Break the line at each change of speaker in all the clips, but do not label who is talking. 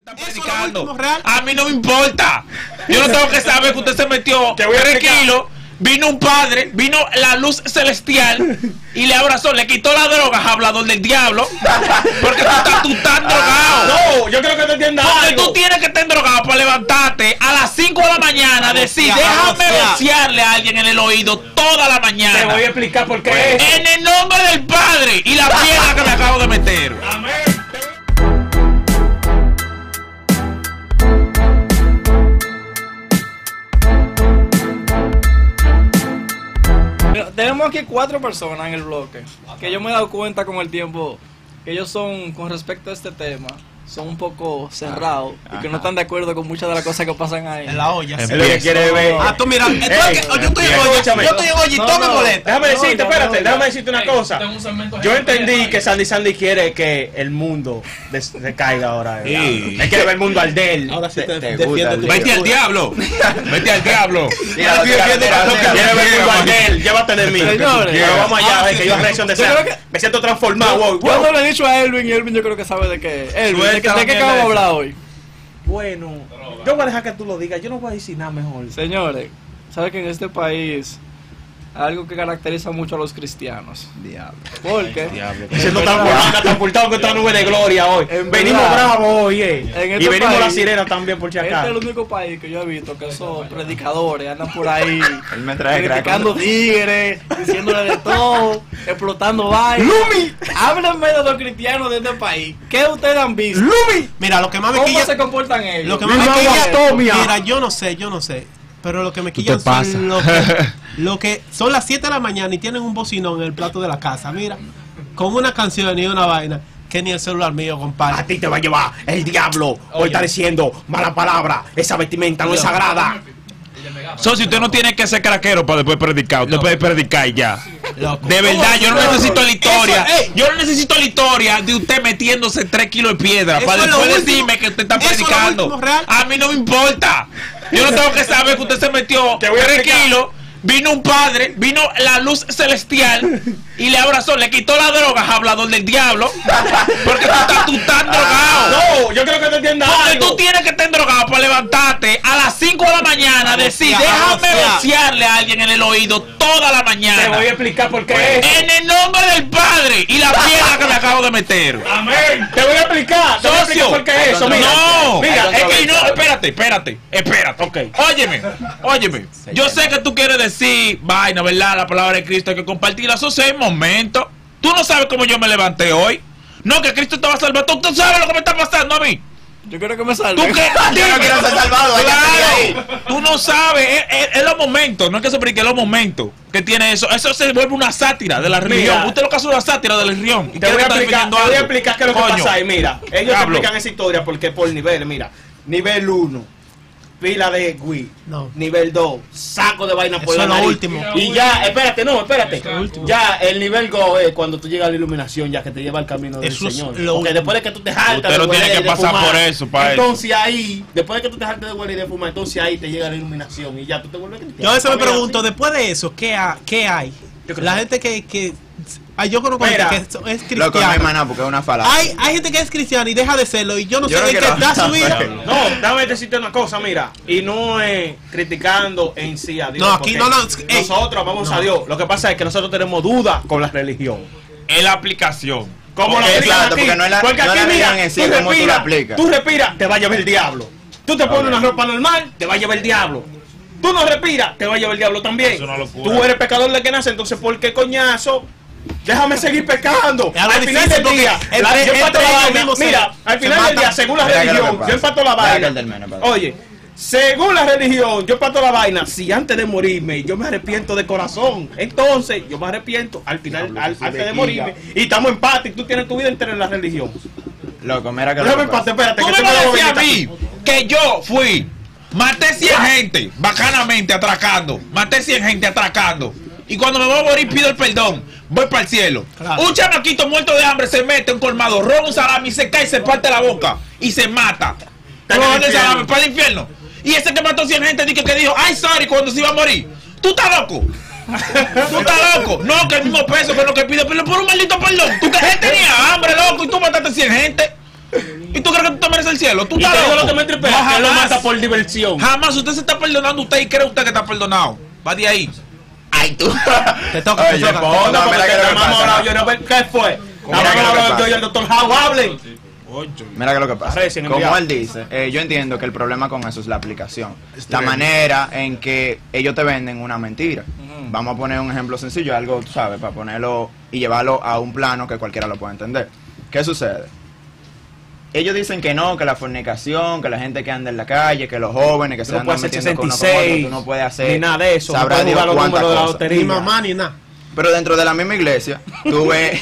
están predicando. A mí no me importa. Yo no tengo que saber que usted se metió
Te voy a
tres
explicar.
kilos. Vino un padre, vino la luz celestial y le abrazó, le quitó la droga, hablador del diablo. Porque tú estás, tú estás drogado.
Ah, No, yo creo que te entiendas.
Porque Ah, tú tienes que estar drogado para levantarte a las 5 de la mañana, decir,
bocear, a
déjame
bocear".
bocearle a alguien en el oído toda la
Te voy a
mañana.
explicar por qué.
En el nombre del Padre y la piedra que me acabo de meter.
Mira, tenemos aquí cuatro personas en el bloque que yo me he dado cuenta con el tiempo que ellos son, con respecto a este tema, son un poco cerrados y que no están de acuerdo con muchas de las cosas que pasan ahí.
En la olla. sí.
Él lo que quiere es ver.
Ah, tú mira, esto es que-
Ey,
yo estoy en olla,
escúchame.
yo estoy en olla y
No,
todo me
no.
molesta.
Déjame
No,
decirte,
ya,
espérate,
no, ya.
déjame decirte una cosa. Yo entendí que Sandy Sandy quiere que el mundo des- se caiga ahora. ¿verdad?
Sí.
Él quiere ver el mundo al de él.
Ahora sí te,
te
defiende
gusta,
tu
Luis.
Vete al diablo. Vete al diablo.
Mira,
Yo estoy
mira,
viendo
mira,
la-
mira.
Quiere ver el mundo al de él. Llévate de mí.
Señores.
Pero vamos allá,
Ah,
a ver
sí,
que yo
sí.
reacción de
Yo
Sandy.
creo que-
Me siento
Ah,
transformado. wow, wow.
Yo no le he dicho a Elvin y Elvin yo creo que sabe de qué. Elvin, ¿de qué,
Suelta la
de qué
mierda
acabamos de
esa.
hablar hoy?
Bueno, yo voy a dejar que tú lo digas. Yo no voy a decir nada mejor.
Señores, ¿saben que en este país algo que caracteriza mucho a los cristianos?
Diablo.
Porque
Me siento transportado, transportado con esta nube de gloria hoy.
En
venimos
verdad.
bravos hoy, eh.
En
Y
este
venimos
país-
la sirena también por si
este es
acá.
el único país que yo he visto que esos predicadores andan por ahí
Él me trae
criticando
crack.
tigres, diciéndole de todo, explotando vainas.
¡Lumi!
Háblenme de los cristianos de este país. ¿Qué ustedes han visto?
¡Lumi!
Mira, lo que más me
¿Cómo
quilla.
se comportan ellos?
Lo que
Mi
más me
mamá
quilla.
atomia.
Mira, yo no sé, yo no sé. Pero lo que me
te
quilla
pasas.
son lo que, lo que son las 7 de la mañana y tienen un bocinón en el plato de la casa. Mira, con una canción y una vaina que ni el celular mío,
A
compadre.
ti te va a llevar el diablo. Hoy está diciendo mala palabra. Esa vestimenta no es sagrada.
So, si usted no tiene que ser craquero para después predicar, usted puede predicar y ya.
Ah,
Loco.
De verdad, yo no necesito la historia.
Eso, ey.
Yo no necesito la historia de usted metiéndose 3 kilos de piedra
Eso
para
es lo
después
último.
decirme que usted está
Eso es lo
predicando.
último, real.
A mí no me importa. Yo no tengo que saber que usted se metió
Te voy a
3
explicar.
kilos. Vino un padre, vino la luz celestial y le abrazó, le quitó la droga, hablador del diablo. Porque tú estás, tú estás drogado.
Ah, No, yo creo que te entiendas
Porque
algo.
tú tienes que estar drogado para levantarte a las 5 de la
Ah,
mañana, decir,
a
déjame
bocear".
bocearle a alguien en el oído toda la
Te
mañana.
voy a explicar por qué.
En el nombre del Padre y la piedra que me acabo de meter.
Amén. Te voy a explicar. Te voy a explicar
Socio,
por qué eso. Mira,
no,
mira,
es que
eh,
no, espérate, espérate, espérate.
Ok.
Óyeme, óyeme. Yo sé que tú quieres decir, vaina, ¿verdad? La palabra de Cristo hay que compartirla. Eso sí, hay momentos. Tú no sabes cómo yo me levanté hoy. No, que Cristo te va a salvar. Tú, tú sabes lo que me está pasando a mí.
Yo quiero que me salven.
¿Tú qué?
Yo no quiero ser salvado, hay que salir
Claro, tú no sabes. Es, es- es los momentos. No es que se brinque, es los momentos que tiene eso. Eso se vuelve una sátira de la religión. Usted lo que hace es una sátira de la religión.
Te voy, a explicar, te voy a explicar
explicar
qué es lo que pasa ahí. Mira, ellos te
Diablo.
explican esa historia porque por nivel, mira. Nivel 1, pila de gui.
No.
Nivel 2, saco de vaina por
Eso
la
es lo
nariz.
último.
Y ya, espérate, no, espérate.
Lo último.
Ya, el nivel go es cuando tú llegas a la iluminación, ya que te lleva al camino del
Eso es
Señor.
lo
Porque
último.
después de que tú te jaltas
Usted no
de
tiene
huele y
que
de
pasar
fumar,
por eso, pa' eso.
Entonces ahí, después de que tú te jaltes de huele y de fumar, entonces ahí te llega la iluminación y ya tú te vuelves
Yo
cristiano.
a veces me
Mira,
pregunto, después de eso, ¿qué, ha- qué hay?
Yo creo
La
que-
gente que... que ah, yo conozco gente
Mira.
que es- es
Loco, no hay
cristiana.
maná porque es una falacia.
Hay, hay gente que es cristiana y deja de serlo y yo no
Yo no
sé de qué
quiero
está su vida.
hablar.
No, déjame decirte una cosa, mira, y no es criticando en sí a Dios.
No, aquí
porque
no, eh, no, ey.
Nosotros amamos a Dios. Lo que pasa es que nosotros tenemos dudas con la religión.
Es la aplicación.
¿Cómo lo
Exacto,
aplican aquí?
porque no es la- no es la religión en sí, es cómo tú la aplicas.
tú respiras, te va a llevar el diablo. Tú te pones
Ok.
una ropa normal, te va a llevar el diablo. Tú no respiras, te va a llevar el diablo también.
Es una locura.
tú eres pecador de que nace, entonces ¿por qué coñazo? Déjame seguir pecando.
Es algo
Al final
difícil
del
porque
día,
entre-
la- yo
entre
empato la
ellos
vaina.
mismos se-
Mira, al
se
final del día,
matan.
según la
Mira que lo que
religión,
pasa.
yo empato la
Mira que
vaina.
el del menos, perdón.
Oye, según la religión, yo empato la vaina. Si antes de morirme, yo me arrepiento de corazón, entonces yo me arrepiento al final, al- antes de morirme. Y estamos en paz y tú tienes tu vida entera en la religión.
Loco, mira que
Déjame
lo que
en paz,
pasa.
espérate.
Tú
que
me
tengo
vas a
la
decir a
bobinita
mí que yo fui, maté 100 gente, bacanamente atracando, maté 100 gente atracando. Y cuando me voy a morir pido el perdón, voy para el cielo.
Claro.
Un chamaquito muerto de hambre se mete en un colmado, roba un salami, se cae, se parte la boca y se mata.
en el
Robando el
infierno.
salami para el infierno. Y ese que mató 100 gente dijo que dijo, ay, sorry, cuando se iba a morir. Tú estás loco. Tú estás loco. No, que el mismo peso que lo que pide, pero por un maldito perdón. Tú que él tenía hambre, loco, y tú mataste 100 gente. ¿Y tú crees que tú te mereces el cielo? Tú
Y te
estás
digo
loco.
lo que me tripea,
No,
que él lo
jamás.
mata por diversión.
Jamás usted se está perdonando usted y cree usted que está perdonado. Va de ahí.
Ay, tú.
Te toca, te
Oye,
toca.
pon-
No,
no,
porque
mira
te
que lo que
llamamos ahora,
pasa.
yo no- ¿Qué fue?
Mira
Ahora vamos a
que lo que
hablar
pasa.
yo y el doctor Howe, hablen.
Mira que lo que pasa.
Recién enviado.
Como él dice, eh, yo entiendo que el problema con eso es la aplicación.
Este
La manera en que ellos te venden una mentira. Vamos a poner un ejemplo sencillo, algo, tú sabes, para ponerlo y llevarlo a un plano que cualquiera lo pueda entender. ¿Qué sucede? Ellos dicen que no, que la fornicación, que la gente que anda en la calle, que los jóvenes, que
Tú
se
no
andan
puedes hacer
metiendo con uno con otro,
66,
tú no puedes hacer
ni nada de eso, no
Sabrá
puedes
Dios
jugar los
cuántas
números de la
cosas.
lotería.
Ni mamá ni nada.
Pero dentro de la misma iglesia, tú ves...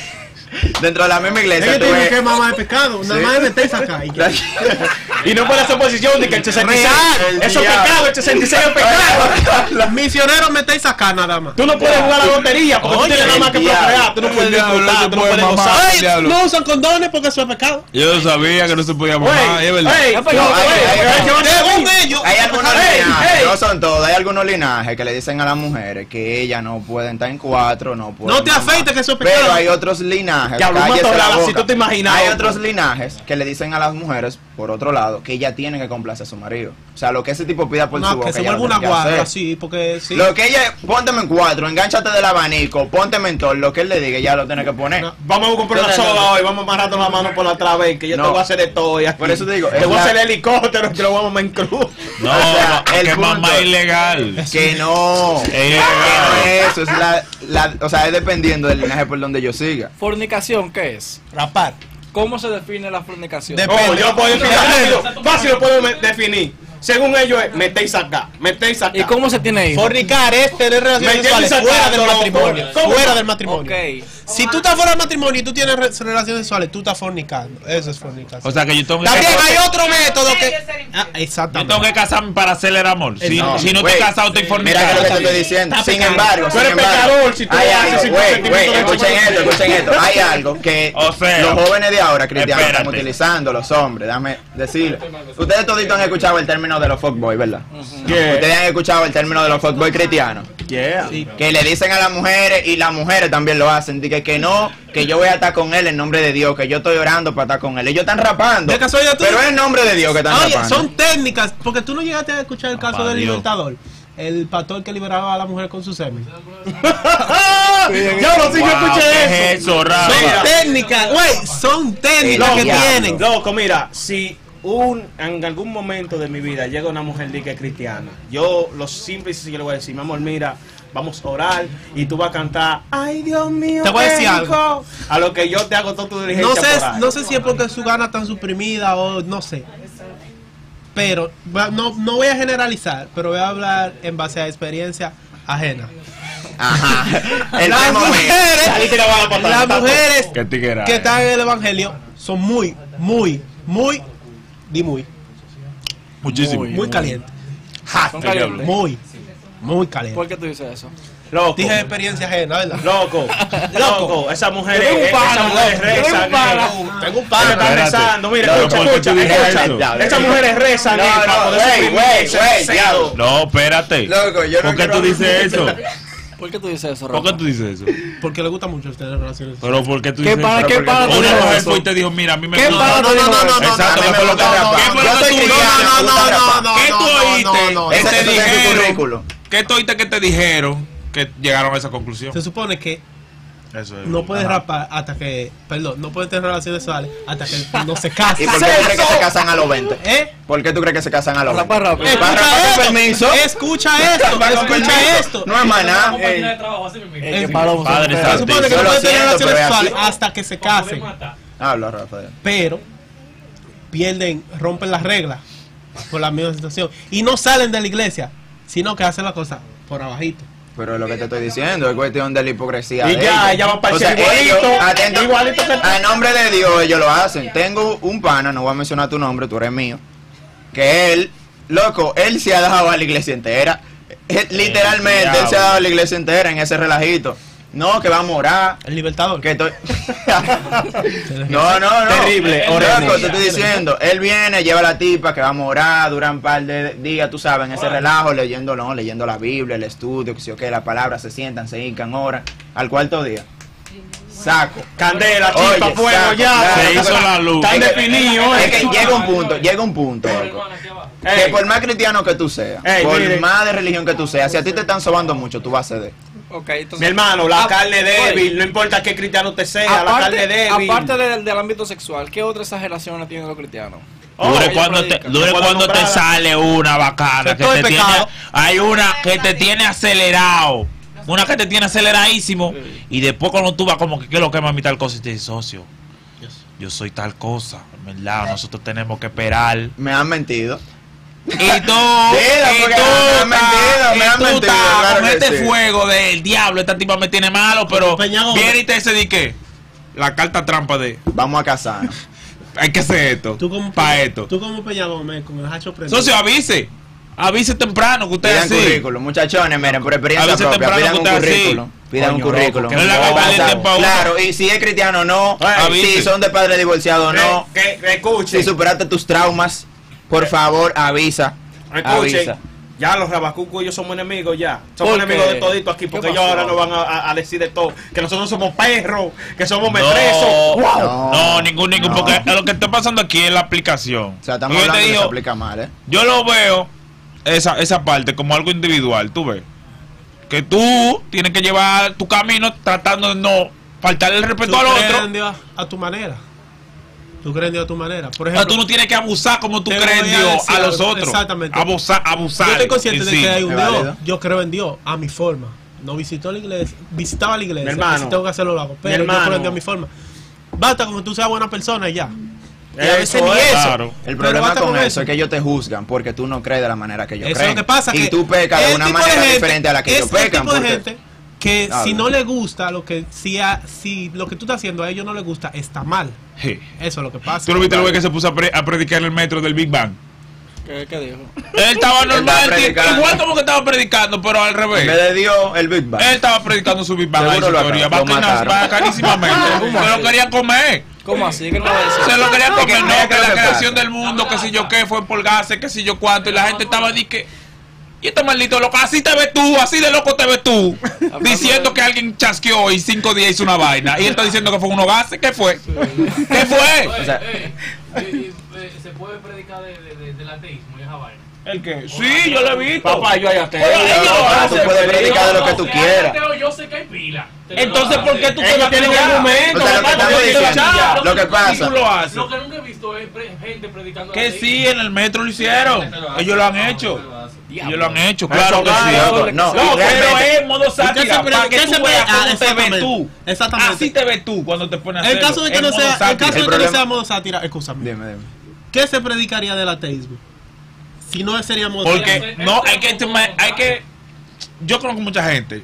dentro de la misma
Ellos
iglesia, tú
tienen
ves...
que mamá de pecado. Nada
Sí.
más de meterse acá. Y que-
Y no por esa posición de que el 66
Real, el
eso es
diablo.
pecado, el 66 es pecado.
Los misioneros meterse acá nada más.
Tú no puedes jugar a la lotería porque tú
Oye,
tienes nada más que
el diablo.
procrear, tú no puedes
El diablo
disfrutar,
se
tú no
puede
puedes
mamar.
gozar.
Ay, diablo.
no usan condones porque eso es pecado.
Yo sabía que no se podía
Ey, ey,
No, hay- hay-
Según ellos,
Hay
es
algunos
pecado.
linajes,
ey!
no son todos, hay algunos linajes que le dicen a las mujeres que ellas no pueden estar en cuatro, no pueden.
No te
mamar.
afeites, que eso es pecado.
Pero hay otros linajes.
Diablo, un
cállese
matorral,
la boca.
así tú te imaginas,
Hay
loco.
otros linajes que le dicen a las mujeres, por otro lado, que ella tiene que complacer a su marido. O sea, lo que ese tipo pida por su
No,
boca.
que se
ella lo
vuelva una
tiene que
guarda,
hacer.
sí, porque sí.
Lo que ella, pónteme en cuatro, engánchate del abanico, pónteme en todo, lo que él le diga, ya lo tiene que poner.
No.
Vamos a comprar una
No, no, no.
soga hoy, vamos amarrando la mano por la otra vez, que yo te
No.
voy a hacer de todo. y aquí.
Por eso te digo,
te
es
voy a
la-
hacer el helicóptero, te lo voy a mamar en cruz.
No,
O sea,
no,
el
que mamá
punto-
es ilegal.
Que no. eh,
Es ilegal.
Que no es eso, es la, la- o sea, es dependiendo del linaje por donde yo siga.
¿Fornicación qué es?
Rapar.
¿Cómo se define la fornicación?
De-
No, yo lo puedo definir
Depende.
rápido, fácil lo puedo me- definir. Según ellos, es metéis acá, metéis acá.
¿Y cómo se tiene hijos?
Fornicar es tener relaciones
Me entiendes
sexuales fuera
sacando,
del matrimonio.
¿cómo?
Fuera del matrimonio.
Ok.
Si tú estás fuera del matrimonio y tú tienes re- relaciones sexuales, tú estás fornicando. Eso es fornicación.
O sea que yo tengo que,
También hay otro método que.
Ser infiel.
Ah,
yo tengo
exactamente.
que casarme para acelerar amor. Si
No,
no, si no
Eh, güey.
estoy casado, estoy
Mira que lo que te
fornicado.
estoy diciendo.
Está
Sin
pecado.
embargo,
Tú
sin
eres
embargo,
pecador si tú
hay
lo haces
algo,
sin
güey,
consentimiento
güey,
de tu
escuchen
pareja.
esto, escuchen esto. Hay algo que
O sea,
los jóvenes de ahora, cristianos, están
espérate.
utilizando, los hombres, dame decirlo. Ustedes toditos han escuchado el término de los fuckboys, ¿verdad? Ustedes han escuchado el término de los fuckboys cristianos. Que le dicen a las mujeres y las mujeres también lo hacen. Dije que no, que yo voy a estar con él en nombre de Dios, que yo estoy orando para estar con él. Ellos están rapando.
De casualidad, tú-
Pero es en nombre de Dios que están
Oye,
rapando.
son técnicas. Porque tú no llegaste a escuchar el caso
Papá
del
Dios.
libertador. El pastor que liberaba a la mujer con su semen.
Yo no sí, yo
Wow, ¿qué
escuché
es
eso.
eso, Rafa?
Son técnicas, güey, son técnicas
Loco,
que
diablo.
tienen.
Loco, mira, si un, en algún momento de mi vida llega una mujer di que es cristiana, yo lo simple y sencillo le voy a decir, mi amor, mira, vamos a orar y tú vas a cantar, ay Dios mío,
Te voy a decir
rico".
algo.
A lo que yo te hago toda tu diligencia.
No sé,
por ahí.
no sé si es porque su gana tan suprimida o no sé. Pero va- no, no voy a generalizar, pero voy a hablar en base a experiencia ajena.
Ajá. El
las
mismo mes.
Ahí te
mujeres,
la van a patar,
las
tanto.
mujeres
Qué tiguera,
que
eh.
están en el evangelio son muy, muy, muy, di muy,
Muchísimo.
muy calientes.
Son
Ay, diablo.
calientes.
Muy, muy calientes.
¿Por qué tú dices eso?
Loco.
Dije experiencia ajena, ¿verdad?
Loco, loco, esa mujer
Yo tengo un
es
pana,
esa mujer es
loco, yo tengo
reza.
un pana.
Tengo un
Ella está
pana.
Espérate.
rezando, mira,
Loco,
escucha,
¿por qué tú
escucha,
dices esto?
escucha. Esas mujeres rezan
No,
eh, para
no,
poder
güey,
suprimir
güey,
ese
güey,
deseo.
diablo.
No, espérate.
Loco, yo no
¿Por qué
quiero
tú dices eso?
hablar.
¿Por qué tú dices eso,
¿Por qué
Rafa?
tú dices eso?
Porque le gusta mucho tener relaciones.
Pero ¿por qué tú
¿Qué
dices
pana-
eso?
qué
Pero
pana
porque
te
Una
dijo
mujer
eso?
fue y te dijo, mira, a mí me
¿Qué
gusta.
pana
No, no, no, no, no, no.
Exacto,
no,
me
no,
coloca
no,
rapado.
no,
¿Qué fue
yo
lo que
soy
tú-
cristiano,
no,
tú
no,
estás
no,
rapado.
¿Qué tú oíste?
no, no.
¿Qué
Ese-
te
ese es tu
dijeron?
currículo.
¿Qué tú oíste que te dijeron que llegaron a esa conclusión?
Se supone que
Eso es.
no puedes
Ajá.
rapar hasta que, perdón, no puedes tener relaciones sexuales hasta que no se casen.
¿Y por qué tú crees que se casan a los 20?
¿Eh?
¿Por qué tú crees que se casan a los
Rapa,
20?
Eh,
rapa.
Para rapar
Escucha
con
esto,
permiso.
escucha esto,
Rapar con
escucha
permiso.
esto.
No es maná.
Eh, qué palomo,
Padre
son
Se
santo.
feos.
supone que
Yo
no
lo
pueden tener
siento,
relaciones
pero es así.
sexuales hasta que se casen,
Habla, Rafael.
pero pierden, rompen las reglas por la misma situación y no salen de la iglesia, sino que hacen la cosa por abajito.
Pero es lo que te estoy diciendo, es cuestión de la hipocresía.
Y
de
ya,
ellos.
ya va para
O sea,
el cielo igualito,
ellos, atento,
igualito que tú.
A nombre de Dios, ellos lo hacen. Tengo un pana, no voy a mencionar tu nombre, tú eres mío. Que él, loco, él se ha dejado a la iglesia entera. Eh, Literalmente, él se ha dado a la iglesia entera en ese relajito. No, que va a morar.
El libertador.
Que estoy... no, no, no.
Terrible, horrible.
Loco, te estoy diciendo. Él viene, lleva a la tipa que va a morar, dura un par de días, tú sabes, en ese relajo, leyendo, no, leyendo la Biblia, el estudio, que si o qué, la palabra, se sientan, se hincan, oran. Al cuarto día. saco.
Candela,
Oye,
chispa, fuego,
saco,
ya.
claro.
Se hizo la luz.
Tan
Es que-
definido,
Es
eh.
que llega un punto, llega un punto, loco, Que
Ey,
por más cristiano que tú seas,
Ey,
por
miren.
más de religión que tú seas, si a ti te están sobando mucho, tú vas a ceder.
Ok, entonces.
Mi hermano, la
Ah,
carne
oye,
débil, no importa qué cristiano te
eh,
sea,
aparte,
la carne débil.
aparte del, del ámbito sexual, ¿qué otra exageración tienen los cristianos?
Dure
Oh,
cuando
ella
te,
predica.
dure
Cuando
cuando te
nombrada.
sale una bacana que
Sector
te
de
tiene,
pecado.
hay una que te tiene acelerado, una que te tiene aceleradísimo y después cuando tú vas como que qué es lo que más mi tal cosa y te dice socio, yo soy tal cosa, en verdad nosotros tenemos que esperar
Me han mentido.
y tú, y tú,
porque me han mentido,
y
me han
tú
mentido,
estás
claro
con
que
este
sí.
fuego del diablo, esta tipa me tiene malo, pero
Peñagón.
viene y te dice di que la carta trampa de
Vamos a casarnos.
hay que hacer esto,
Tú como
para esto,
Tú como Peña Gómez con el hacho prendido.
socio avise, avise temprano que usted
Ah,
Pidan
así.
currículum, muchachones, miren, por experiencia
A veces
propia,
temprano
pidan un
que usted así.
currículum. Pidan un
Coño,
currículum.
loco, que no le hagan
Vamos a
perder
pasar.
tiempo a uno.
Claro, y si es cristiano no,
Ah,
si
viste.
son de padres divorciados no,
Eh,
Eh,
Que, que escuchen,
si superaste tus traumas, por favor avisa.
escuchen.
Avisa.
Ya los rabacucos ellos somos enemigos ya. Somos
¿Por qué?
enemigos de todito aquí
¿Qué
porque ellos
pasó?
ahora nos van a, a- a decir de todo. Que nosotros somos perros, que
No.
somos metresos. ¡Wow!
No, ningún, ningún,
no.
porque lo que está pasando aquí es la aplicación.
O sea,
Porque
estamos
yo te
hablando de que se
digo,
aplica mal, ¿eh?
yo lo veo, esa, esa parte, como algo individual, tú ves. Que tú tienes que llevar tu camino tratando de no faltarle el
Tú
pues,
respeto al
crees
otro.
en Dios a tu manera. Tú crees en Dios a tu manera. Por
Ah,
O sea,
ejemplo,
tú no tienes que abusar como tú
Te
crees
voy
en
a
Dios
decir
a los
algo,
otros.
exactamente.
Abusar, abusar.
yo estoy consciente
en
de
sí.
que hay un
es válido.
Dios. Yo creo en Dios a mi forma. No visitó la iglesia, visitaba la
Mi
iglesia.
hermano.
si tengo que hacerlo, lo hago. Pero
Mi
yo creo
hermano.
en Dios a mi forma. Basta como tú seas buena persona y ya. Y a
Eso
veces ni
es.
eso.
Claro.
El
Pero
problema
basta
con
con
eso
eso.
es que ellos te juzgan porque tú no crees de la manera que ellos
Eso es lo
creen.
que pasa.
y
que
tú pecas
el
de una
tipo
manera
gente-
diferente a la que
es
ellos
el
pecan.
tipo de
porque-
gente que
Ah,
si
bien.
no le gusta lo que si, a- si lo que tú estás haciendo a ellos no les gusta está mal
Sí.
eso es lo que pasa
Tú no viste lo que se puso a, pre- a predicar en el metro del Big Bang.
¿Qué, qué dijo?
Él estaba normal,
estaba
él-
predicando.
igual como que estaba predicando, pero al revés.
En vez de Dios, el Big Bang.
Él estaba predicando su Big Bang
Seguro
ahí, su
lo
teoría.
acabaron, lo
Bacana-
mataron.
bacanísimamente.
¿Cómo
Se lo
así?
querían comer.
¿Cómo así? ¿Qué no lo va a decir?
Se lo querían
Porque
comer. No,
mira qué
que
es
la
lo que
creación
pasa.
del mundo, que si yo qué, fue por gases, que si yo cuánto. Y la gente estaba di que. Y este maldito loco, así te ves tú, así de loco te ves tú. diciendo que alguien chasqueó y cinco días hizo una vaina. Y él está diciendo que fue unos gases. ¿Qué fue? ¿Qué
Oye,
fue?
O sea-
eh, eh, eh, se puede predicar de, de- de- del ateísmo y esa vaina.
¿El qué?
Sí, yo lo he visto.
Papá, yo ahí
Oye,
hasta.
ellos
Claro,
hacen,
tú puedes
pero
predicar de lo que
No,
tú
o sea,
quieras.
ateo, Yo sé que hay pila.
Entonces, ¿por qué tú te
Ellos
vas a
tienen
negar?
O
argumentos,
sea, lo que
papá,
estamos
tienen que
diciendo,
luchar.
lo que pasa.
Tú lo haces.
Lo que nunca he visto es pre- gente predicando.
Que
ateísmo.
sí, en el metro lo hicieron. Ellos lo han hecho. Ellos lo han hecho, claro que
Eso,
sí.
claro.
loco, no,
No,
y realmente-
pero es modo sátira.
Usted se-
Para que
usted se
tú veas
vea-
cómo te
exactamente,
ves tú.
exactamente.
Así te ves tú cuando te pones a
el
hacerlo,
caso de que
en
no
modo
sea el
sátira.
caso de
El
que no
problema-
sea modo sátira escúchame
Dime, dime.
qué se predicaría del ateísmo si no sería modo sátira?
Porque no, hay que, hay que. Yo conozco mucha gente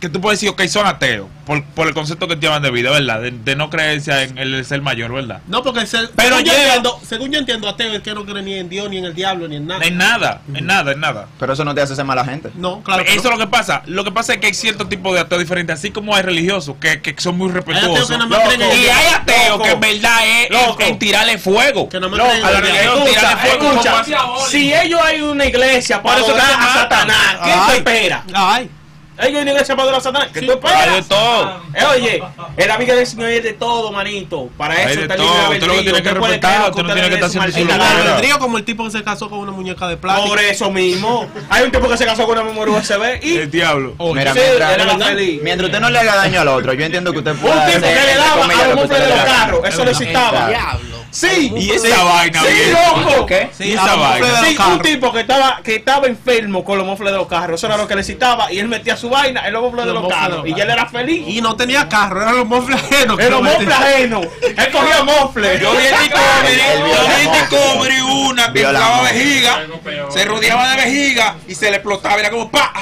que tú puedes decir, ok, son ateos. Por, por el concepto que llevan de vida, ¿verdad? De, de no creencia en el ser mayor, ¿verdad?
no porque se-
Pero
según yo
lleva-
entiendo según yo entiendo ateo es que no cree ni en Dios ni en el diablo ni en nada
En nada, en nada, en nada.
Pero eso no te hace ser mala gente.
no claro que
Eso
no.
es lo que pasa. Lo que pasa es que hay cierto tipo de ateos diferentes, así como hay religiosos que, que son muy
hay ateos
respetuosos.
que nada más
Loco.
creen en
Y
Dios.
hay ateos
Loco.
que en verdad es
Loco.
en, en tirarle fuego.
Que nada más
Loco,
creen en
a la
Dios.
religión
Escucha,
tirarle fuego.
escucha.
como así.
Si ellos hay una iglesia para
Por eso que
adorar
te
a
matan.
Satanás, ¿qué te
Ay.
espera?
ay
Ellos hay una iglesia para adorar a Satanás, ¿qué
Sí.
tú
Hay de
esperas?
todo.
Eh, oye, el amigo del Señor es de todo, manito. Para
Hay
eso
de
está el
todo.
libre
Usted lo que
albedrío.
tiene que
Usted puede
respetar,
creer lo
usted no tiene que
le dé su
estar haciendo su
el
maldita
locura.
gana.
albedrío como el tipo que se casó con una muñeca de plástico
Por eso mismo. Hay un tipo que se casó con una memoria USB y
El diablo.
Mira,
sí,
mientras,
era la
mientras-
feliz.
mientras usted no le haga daño al otro, yo entiendo que usted puede.
un tipo que le daba a los hombres de los carros. Eso lo
Claro.
excitaba.
Diablo.
Sí.
Y esa vaina,
Sí,
viejo.
loco.
¿Qué?
Sí,
Y
a
esa
los
vaina.
mofles de los
Sí, un
carros.
tipo que estaba, que estaba enfermo con los mofles de los carros. Eso era lo que le excitaba. Y él metía su vaina en los mofles de
Los
los
mofles de los
carros. Y él era feliz.
y no tenía carro eran los mofles ajenos que
En los
lo metían.
mofles ajenos. Él cogía mofles.
Yo vi en Discovery,
Él vio
yo
la
vi en
mosca.
Discovery una que
Vio la
usaba
mosca.
vejiga, se rodeaba de vejiga y se le explotaba, era como pa.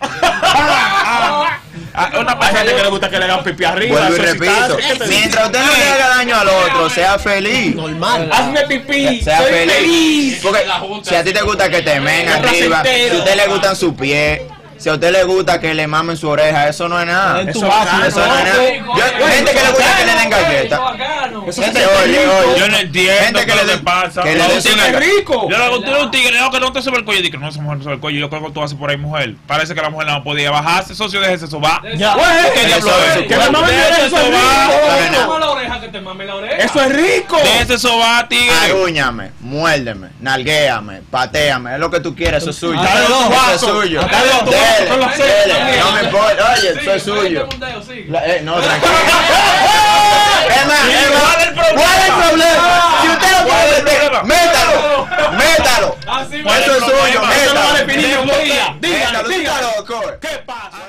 ah, ah, ah. Ah, una
Hay
paja
gente que le gusta que le hagan pipi arriba. eso
Vuelvo y
es
repito.
excitarse. ¿Qué te digo?
Mientras usted no le haga daño al otro, sea feliz.
normal
Hazme pipí.
Sea
Soy
feliz.
feliz.
Porque si a ti te gusta que te men
Es
arriba,
placentero.
si a usted le gustan su pie, Si a usted le gusta que le mamen su oreja, eso no es nada.
En tu
Eso,
vaso,
eso no es nada. Yo-
Güey,
gente que le gusta que le den
bacano, güey,
galletas.
bacano.
Gente, oye, oye.
Yo no entiendo
Gente
qué
que le
le
den-
pasa.
que le
Yo
den
no
su
tengo-
¡Qué rico!
Yo le hago tú eres un tigre, no, que no te sube el cuello. Y dije, no, esa mujer no sube el cuello. Yo creo que tú haces por ahí, mujer. Parece que la mujer no podía bajarse, socio, déjese eso, va.
Ya.
Güey,
Que diablo
sabe
es
su
eso,
que la
cuerpo.
mame mi oreja, eso es
Dale,
rico.
no.
Toma la oreja, que te mame la oreja.
Eso es rico.
Déjese eso, va, tigre.
Agúñame, muérdeme, nalguéame, pateame, es lo que tú quieras, eso es suyo.
Dale los
Eso es
vasos,
suyo.
dale los vasos,
Dele,
con los
dele,
sesos.
No me importa, oye,
Sí,
eso es suyo.
préstame un dedo, sí.
La- eh, no, tranquilo. Es más,
Sí,
es más,
¿cuál es el problema?
¿Cuál es el problema? Si usted lo
¿Cuál es
puede
el problema?
meter, métalo, métalo.
Así
¿Cuál
Eso es
el problema?
suyo,
Eso
Eso no vale
métalo.
pinillo,
Déjalo,
dígalo, dígalo.
Métalo, dígalo, coño.
¿Qué pasa?